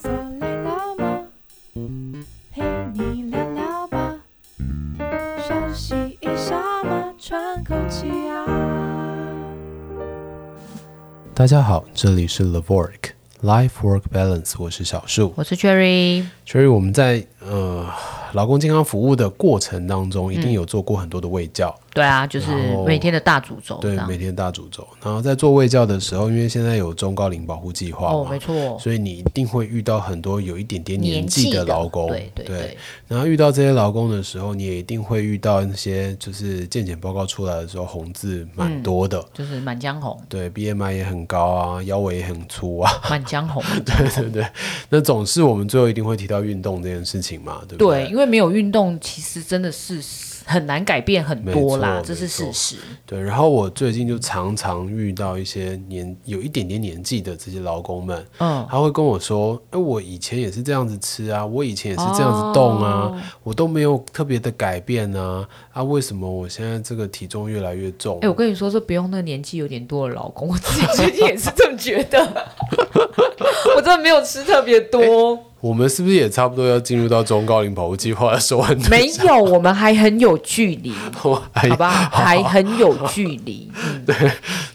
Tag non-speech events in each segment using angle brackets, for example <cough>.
坐累了吗？陪你聊聊吧，休息一下嘛，喘口气啊。大家好，这里是 The Work Life Work Balance，我是小树。我是 Jerry，所以我们在呃劳工健康服务的过程当嗯中，一定有做过很多的卫教，对啊，就是然后每天的大主轴这对样每。天大主轴。然后在做卫教的时候，因为现在有中高龄保护计划哦，嘛，没错，所以你一定会遇到很多有一点点年纪纪的劳工，对对对，然后遇到这些劳工的时候，你也一定会遇到那些就是健检报告出来的时候红字嗯蛮多的，就是《满江 <laughs> 红对 BMI 也很高啊，腰围也很粗啊，》， 《满江红》 <laughs> 对对对。那总是我们最后一定会提到运动这件事情嘛，对不对，因为没有运动，其实真的是很难改变很多啦没错，这是没错事实。对，然后我最近就常常遇到一些年有一点点年纪的这些劳工们，嗯，他会跟我说：“哎，我以前也是这样子吃啊，我以前也是这样子动啊，哦我都没有特别的改变啊，啊，为什么我现在这个体重越来越重？”哎、我跟你说，这不用那个年纪有点多的老公， <laughs> 我自己最近也是这么觉得。 <laughs> 我真的没有吃特别多，我们是不是也差不多要进入到中高龄保护计划 <laughs> 的收很 <laughs> 没有，我们还很有距离， <laughs> 哎好吧，还很有距离。嗯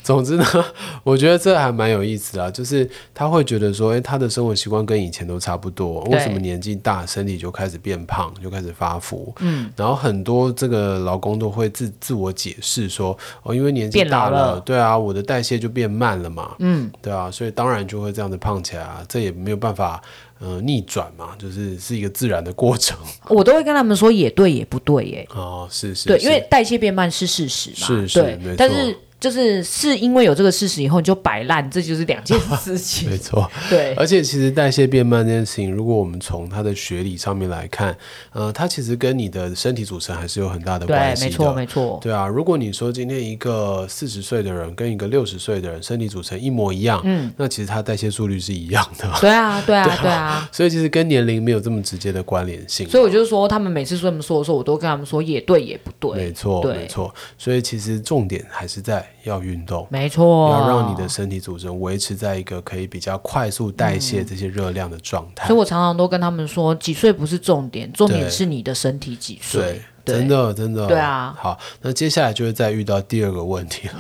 总之呢， <laughs> 我觉得这还蛮有意思的啊，就是他会觉得说，哎、他的生活习惯跟以前都差不多，对为什么年纪大身体就开始变胖，就开始发福？嗯，然后很多这个劳工都会自自我解释说，哦，因为年纪变大老了对啊，我的代谢就变慢了嘛，嗯，对啊，所以当然就会这样子胖起来啊，这也没有办法，呃，逆转嘛，就是是一个自然的过程我都会跟他们说，也对，也不对、哎耶。哦，是是，对，是因为代谢变慢是事实嘛，是是对没错，但是就是是因为有这个事实以后，你就摆烂，这就是两件事没 <laughs> 情。错。对，而且其实代谢变慢这件事情，如果我们从它的学理上面来看，呃，它其实跟你的身体组成还是有很大的对关，系没错，的。没错，对啊，如果你说今天一个四十岁的人跟一个六十岁的人身体组成一模一样，嗯，那其实它代谢速率是一样的， <laughs> 对啊，对啊，对啊。所以其实跟年龄没有这么直接的关联性。啊所以我就说，他们每次这么说的时候，我都跟他们说，也对，也不没对，错，对没错。所以其实重点还是在要运动。没错，要让你的。身体组成维持在一个可以比较快速代谢这些热量的状态。所以我常常都跟他们说，几岁不是重点，重对点是你的身体几岁对。，真的真的，对啊嗯好，那接下来就会再遇到第二个问题了，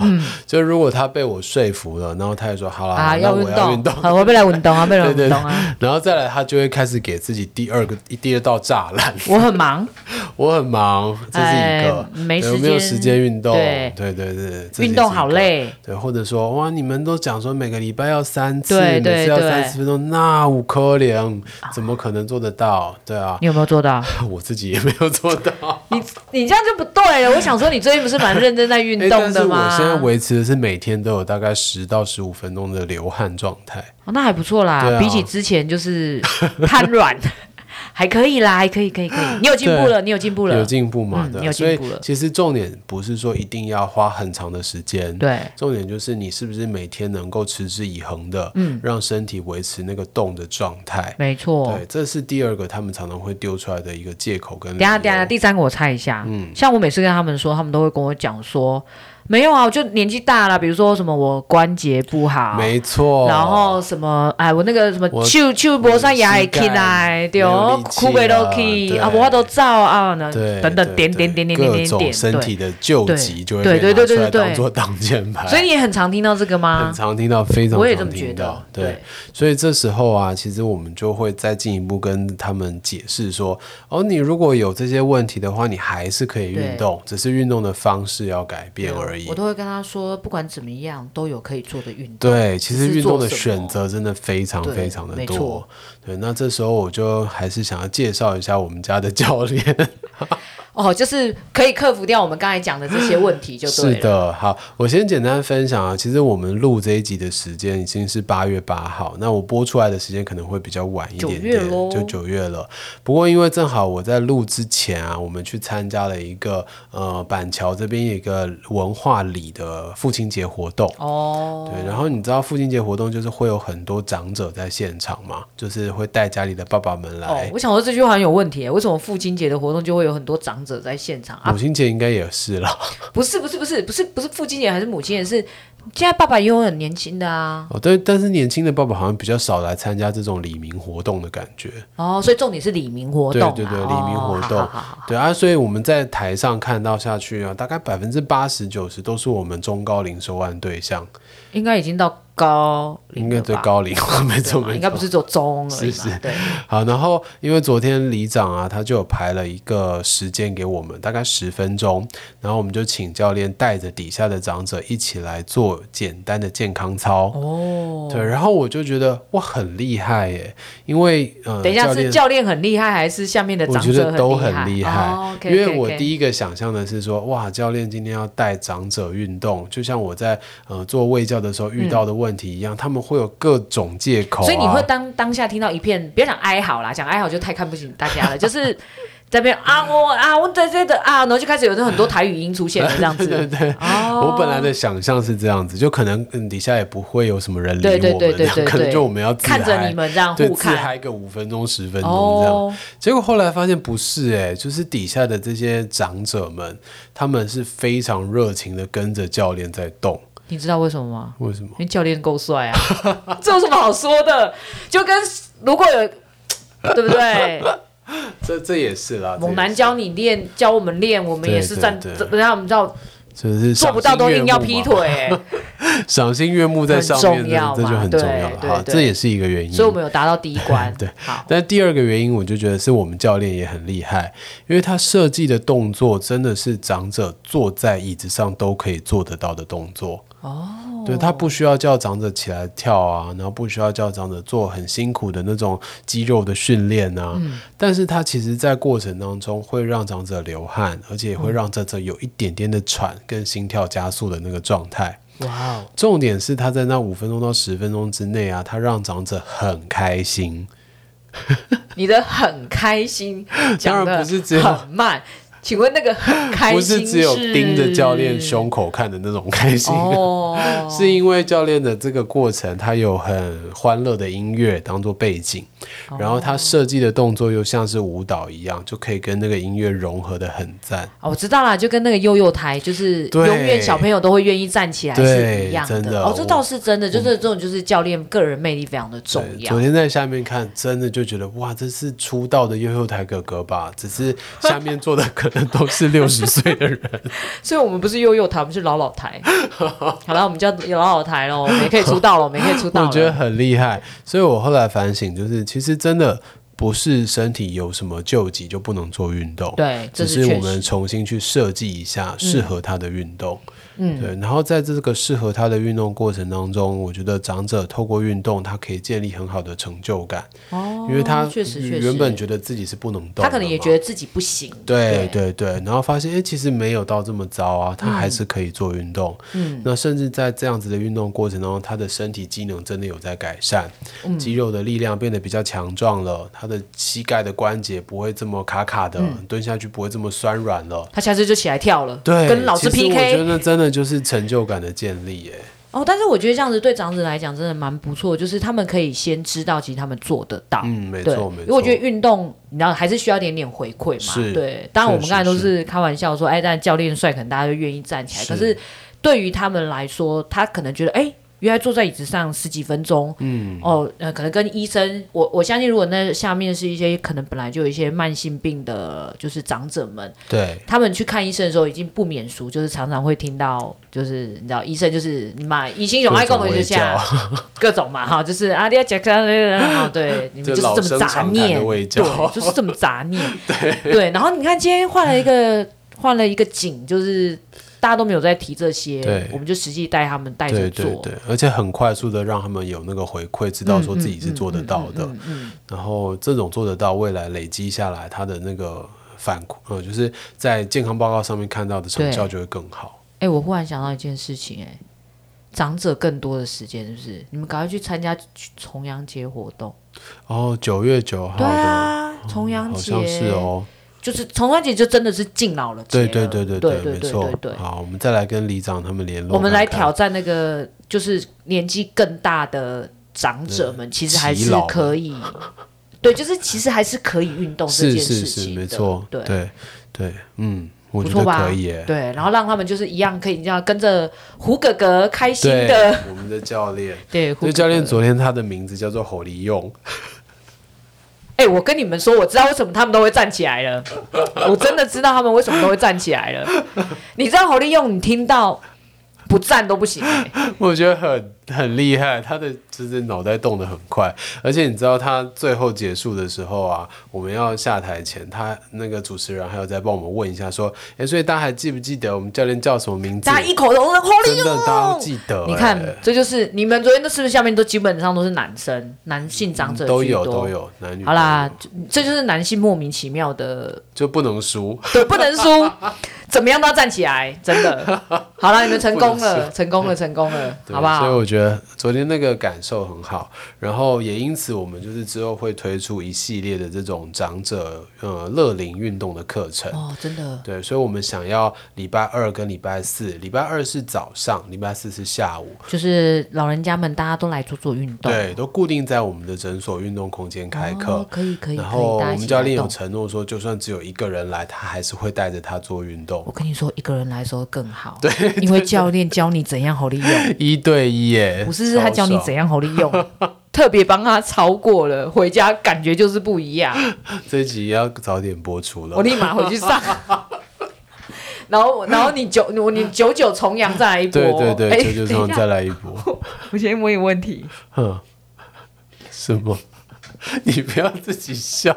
就如果他被我说服了，然后他也说好啦，啊，好那要我运要运动动，， <laughs> 好，我被来运动啊，被来对对对运动啊，然后再来他就会开始给自己第二个第二道栅栏，我很忙，我很忙，这是一个哎，没对时我没有时间运动，对对对对，这也运是动一好个。累，对，或者说哇，你们都讲说每个礼拜要三次，对对每次要对三十分钟，那五颗零怎么可能做得到？对啊，你有没有做到？ <laughs> 我自己也没有做到。你你这样就不对了。我想说，你最近不是蛮认真在运哎，动的吗？但是我现在维持的是每天都有大概十到十五分钟的流汗状态。哦那还不错啦，对啊比起之前就是瘫软， <laughs> 还可以啦，还可以，可以， <laughs> 可以。你有进步了，你有进步了，有进步嘛？嗯对你啊，有所以进步了其实重点不是说一定要花很长的时间，，对，重点就是你是不是每天能够持之以恒的，嗯，让身体维持那个动的状态。没错对，。这是第二个他们常常会丢出来的一个借口跟理等一下，由等一下，第三个我猜一下。嗯像我每次跟他们说，他们都会跟我讲说，没有啊，我就年纪大了，比如说什么我关节不好，没错，哦然后什么哎，我那个什么哦我手手脖上牙也起膝盖来，对没有哦力，气哭背都了起对啊，我都照啊，呢对，等对等点对点点点点各点种点，身体对。的救对急就会对被对拿对出对来对当对做挡箭牌，所以你也很常听到这个吗很？常听到，非常我也这常么觉听到得。，对，，所以这时候啊，其实我们就会再进一步跟他们解释说，哦，你如果有这些问题的话，你还是可以运对动，只是运动的方式要改变对啊而已我。都会跟他说，不管怎么样，都有可以做的运动。对，其实只是运动的做什么选择真的非常对非常的没多错。对，那这时候我就还是想要介绍一下我们家的教练。哦，就是可以克服掉我们刚才讲的这些问题，就对是了。的，好，我先简单分享啊。其实我们录这一集的时间已经是八月八号，那我播出来的时间可能会比较晚一点九月点，咯就九月了。不过因为正好我在录之前啊，我们去参加了一个呃板桥这边有一个文化里的父亲节活动。哦，对，然后你知道父亲节活动就是会有很多长者在现场嘛，就是会带家里的爸爸们哦来，。我想说这句话很有问题耶，为什么父亲节的活动就会有很多长者在现场啊母？亲节应该也是啦，不是，不是，不是，不是，不是父亲节还是母亲节，是现在爸爸也有很年轻的啊，哦，但但是年轻的爸爸好像比较少来参加这种李明活动的感觉，哦，所以重点是李明活对动啊，对对，哦李明活动，好好好好对啊，所以我们在台上看到下去啊，大概百分之八十九十都是我们中高龄收案对象，应该已经到高龄应该了对吧高龄，没错对吗没应该错不。是只有中而已是嘛，是对，好，然后因为昨天里长啊，他就有排了一个时间给我们，大概十分钟，然后我们就请教练带着底下的长者一起来做简单的健康操。哦，对，然后我就觉得哇，很厉害耶！因为呃，等一下教是练教练很厉害，还是下面的我长觉者得都很厉厉害，哦因，OK，OK，OK、为我 OK，OK 第一个想象的是说，哇，教练今天要带长者运动，就像我在呃做卫教的时候遇到的问题一样，他们会有各种借口、啊，嗯所以你会当当下听到一片，不要讲哀嚎啦，讲哀嚎就太看不起大 <laughs> 家了，就是在那边啊我啊我在这的啊，然后就开始有很多台语音出现了 <laughs> 这样子。对对对，哦，我本来的想象是这样子，就可能嗯底下也不会有什么人理我对们，对对对对可能对就我们要自看着嗨你们这样对互自看。嗨个五分钟十分钟这样。哦，结果后来发现不是哎、就是底下的这些长者们，他们是非常热情的跟着教练在动。你知道为什么吗？为什么？因为教练够帅啊， <laughs> 这有什么好说的？就跟如果有。对 <laughs> 不对？这这也是啦，猛这男也是教你练，教我们练，我们也是对对站，对人家我们知道就是做不到都硬要劈赏心悦目腿、 <laughs> 嗯嘛，欸，赏心悦目在上面很重的要，这嘛就很重要了。对好，对对这也是一个原因。所以我们有达到第一关。 <laughs> 对，好，但第二个原因，我就觉得是我们教练也很厉害，因为他设计的动作真的是长者坐在椅子上都可以做得到的动作。哦，对他不需要叫长者起来跳啊，然后不需要叫长者做很辛苦的那种肌肉的训练啊，但是他其实在过程当中会让长者流汗，而且也会让长者有一点点的喘跟心跳加速的那个状态。哇哦，重点是他在那五分钟到十分钟之内啊，他让长者很开心。你的很开心，<laughs> 讲当的然不是只有很慢。请问那个很开心不是只有盯着教练胸口看的那种开心，哦， <laughs> 是因为教练的这个过程，他有很欢乐的音乐当做背景，哦然后他设计的动作又像是舞蹈一样，就可以跟那个音乐融合的很赞。哦，我知道啦，就跟那个幼幼台，就是对永远小朋友都会愿意站起来对是一样真的哦，这我倒是真的，就是这种就是教练个人魅力非常的重对要昨。天在下面看，真的就觉得哇，这是出道的悠悠台哥哥吧？只 <laughs> 是下面坐的可能都是六十岁的人。所以我们不是幼幼台，我们是老老 <laughs> 台。好了，我们叫老老台喽，我们也可以出道了，我们也可以出道我觉得了。很厉害，所以我后来反省，就是其实真的不是身体有什么救急就不能做运动，对，这只是是我确们实。重新去设计一下适合他的运动，嗯，对。然后在这个适合他的运动过程当中，我觉得长者透过运动，他可以建立很好的成就感，哦，因为他确实确实原本觉得自己是不能动的嘛，他可能也觉得自己不行。对对对，然后发现哎、诶其实没有到这么糟啊，他嗯还是可以做运动。嗯，那甚至在这样子的运动过程当中，他的身体机能真的有在改善，嗯肌肉的力量变得比较强壮了，他的膝盖的关节不会这么卡卡的，嗯蹲下去不会这么酸软了。他下次就起来跳了，对，跟老其师实我觉 PK。得真的就是成就感的建立耶。哦，但是我觉得这样子对长子来讲真的蛮不错，就是他们可以先知道，其实他们做得到。嗯，没对错没因为我错觉。得运动，你知道还是需要一点点回馈嘛。是对，当然我们是刚才都是是开玩笑说，哎，但教练帅，可能大家就愿意站起来。是可是对于他们来说，他可能觉得，哎，原来坐在椅子上十几分钟，嗯，哦，呃，可能跟医生，我我相信，如果那下面是一些可能本来就有一些慢性病的，就是长者们，对，他们去看医生的时候，已经不免俗，就是常常会听到，就是你知道，医生就是你嘛，疑心熊爱共的就下各种嘛哈，就是啊，你要讲讲，哦对，你们就是这么杂念，对，就是这么杂念， <laughs> 对然后你看今天换了一个换了一个景，就是大家都没有在提这些，对我们就实际带他们带着 <laughs> 对做，对对，而且很快速的让他们有那个回馈，知道说自己是做得到的。嗯嗯然后这种做得到，未来累积下来，他的那个反馈呃，就是在健康报告上面看到的成效就会更好。哎、我忽然想到一件事情、哎，长者更多的时间是不是？你们赶快去参加重阳节活动。哦，九月九号对的，啊，重阳好节像是，哦，就是重阳节就真的是敬老了节对对了，对对对，对没对错对。对好，我们再来跟里长他们联络看看，我们来挑战那个就是年纪更大的长者们，其实还耆是老们可以，对，就是其实还是可以运动这是件是事是，情的，没错，对。对对，嗯，我不觉错得吧？可以耶。对，然后让他们就是一样可以这样跟着胡哥哥开心对的，，我们的教 <laughs> 练，对，胡这哥教练哥昨天他的名字叫做侯利用，哎、我跟你们说，我知道为什么他们都会站起来了，我真的知道他们为什么都会站起来 <laughs> 了。你知道侯利用，你听到不站都不行、欸，我觉得很很厉害，他的就是脑袋动得很快，而且你知道他最后结束的时候啊，我们要下台前，他那个主持人还有在帮我们问一下说，哎，所以大家还记不记得我们教练叫什么名字大？家一口同声侯利真的大家都用。记得、你看哎，这就是你们昨天的是不是下面都基本上都是男生，男性长者嗯都居有多都。有男女，好啦，，就这就是男性莫名其妙的 <laughs> 就不能输，对，不能输，怎么样都要站起来，真的。好了，你们成功了，成功了，成功了，对好不所以好？我觉得昨天那个感受很好，然后也因此我们就是之后会推出一系列的这种长者呃乐龄运动的课程。哦，真的，对，所以我们想要礼拜二跟礼拜四，礼拜二是早上，礼拜四是下午，就是老人家们大家都来做做运动，对，都固定在我们的诊所运动空间开课。哦可以可以，然可以后我大家一们起教来练有动承诺说，就算只有一个人来，他还是会带着他做运我动，跟你说，一个人来的时候更好，对，因为教练教你怎样好利用，一对一耶。不是是他超教你爽怎样好利用， <laughs> 特别帮他超过了，回家感觉就是不一样。这一集要早点播出了我。立马回去上。 <laughs> 然后，然后你九我你九九重阳再来一波，对对对，哎这就等是一下再来一波。我先问一个问题，哼，什么？ <laughs> 你不要自己笑，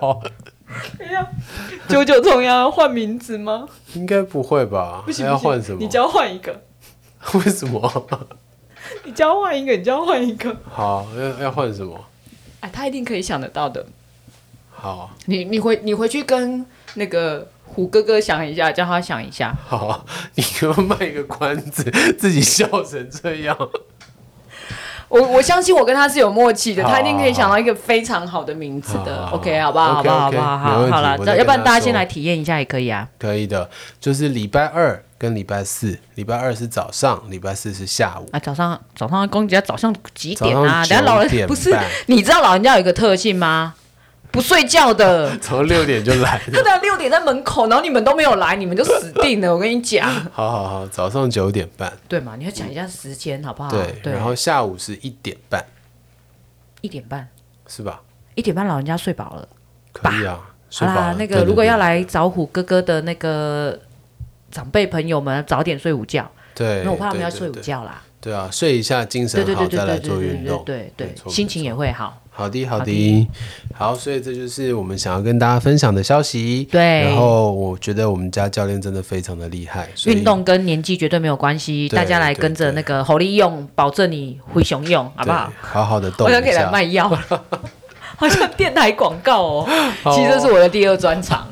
九九重阳要换名 <laughs> 字吗？应该不会吧？不行，还要不行换什么你？交换一个， <laughs> 为什么？ <laughs> 你交换一个，你交换一个。好，要要换什么？哎，他一定可以想得到的。好你你回你回去跟那个虎哥哥想一下，叫他想一下。好，你给我卖一个关子，自己笑成这样。我我相信我跟他是有默契的，好他一定可以想到一个非常好的名字的。好好好 OK，好不好？好不 OK，OK，好？好不好？没问好题好了我，再跟那要不然大他家说先来体验一下也可以啊。可以的，就是礼拜二跟礼拜四，礼拜二是早上，礼拜四是下午。啊，早上早上公家早上几早点上啊？等下老9点人不是半，，你知道老人家有一个特性吗？不睡觉的 <laughs> 从六点就来他了，到六点在门口，然后你们都没有来，你们就死定了。我跟你讲，好好好，早上九点半，对嘛？你要讲一下时间好不好？对，然后下午是一点半，一点半，是吧？一点半老人家睡饱了。可以啊，好睡饱啦了，那对个如果对要对来找虎哥哥的那个长辈朋友们，早点睡午觉，对，因为我怕他们要对睡午。对对觉啦。对啊，睡一下精对神对好对再对来对做对运对动，对没对，错心情也会好。好的，好好的的，好，所以这就是我们想要跟大家分享的消息。对然后我觉得我们家教练真的非常的厉害，所以运动跟年纪绝对没有关系，对大家来跟着那个侯利用，保证你会熊用，好对不好？好好的动好一像可以来下卖，药了， <laughs> 好像电台广告哦。好其实这是我的第二专场。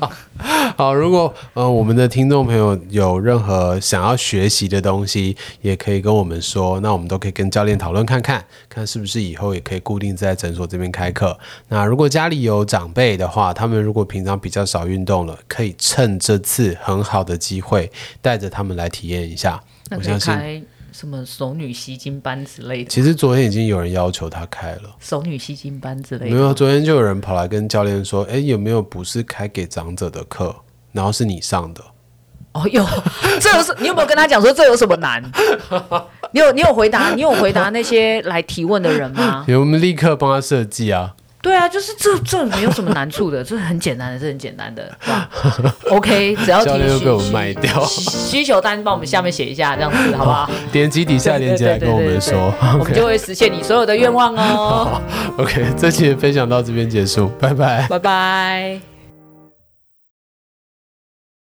好。如果呃我们的听众朋友有任何想要学习的东西，也可以跟我们说，那我们都可以跟教练讨论看看，看是不是以后也可以固定在诊所这边开课。那如果家里有长辈的话，他们如果平常比较少运动了，可以趁这次很好的机会，带着他们来体验一下。那我可以相信开什么熟女吸金班之类的，其实昨天已经有人要求他开了，熟女吸金班之类没的。有，昨天就有人跑来跟教练说：“哎，有没有不是开给长者的课，然后是你上的哦，有，这有什？你有没有跟他讲说这有什么难？你有你有回答你有回答那些来提问的人吗？”？有我们立刻帮他设计啊，对啊，就是这这没有什么难处的，这很简单的，这很简单的，对吧？OK，只要提教练又被我需卖掉，需求单，帮我们下面写一下，这样子好不好？点击底下链接来跟我们说。我们 OK 就会实现你所有的愿望哦。 OK，这期的分享到这边结束，拜拜。拜拜。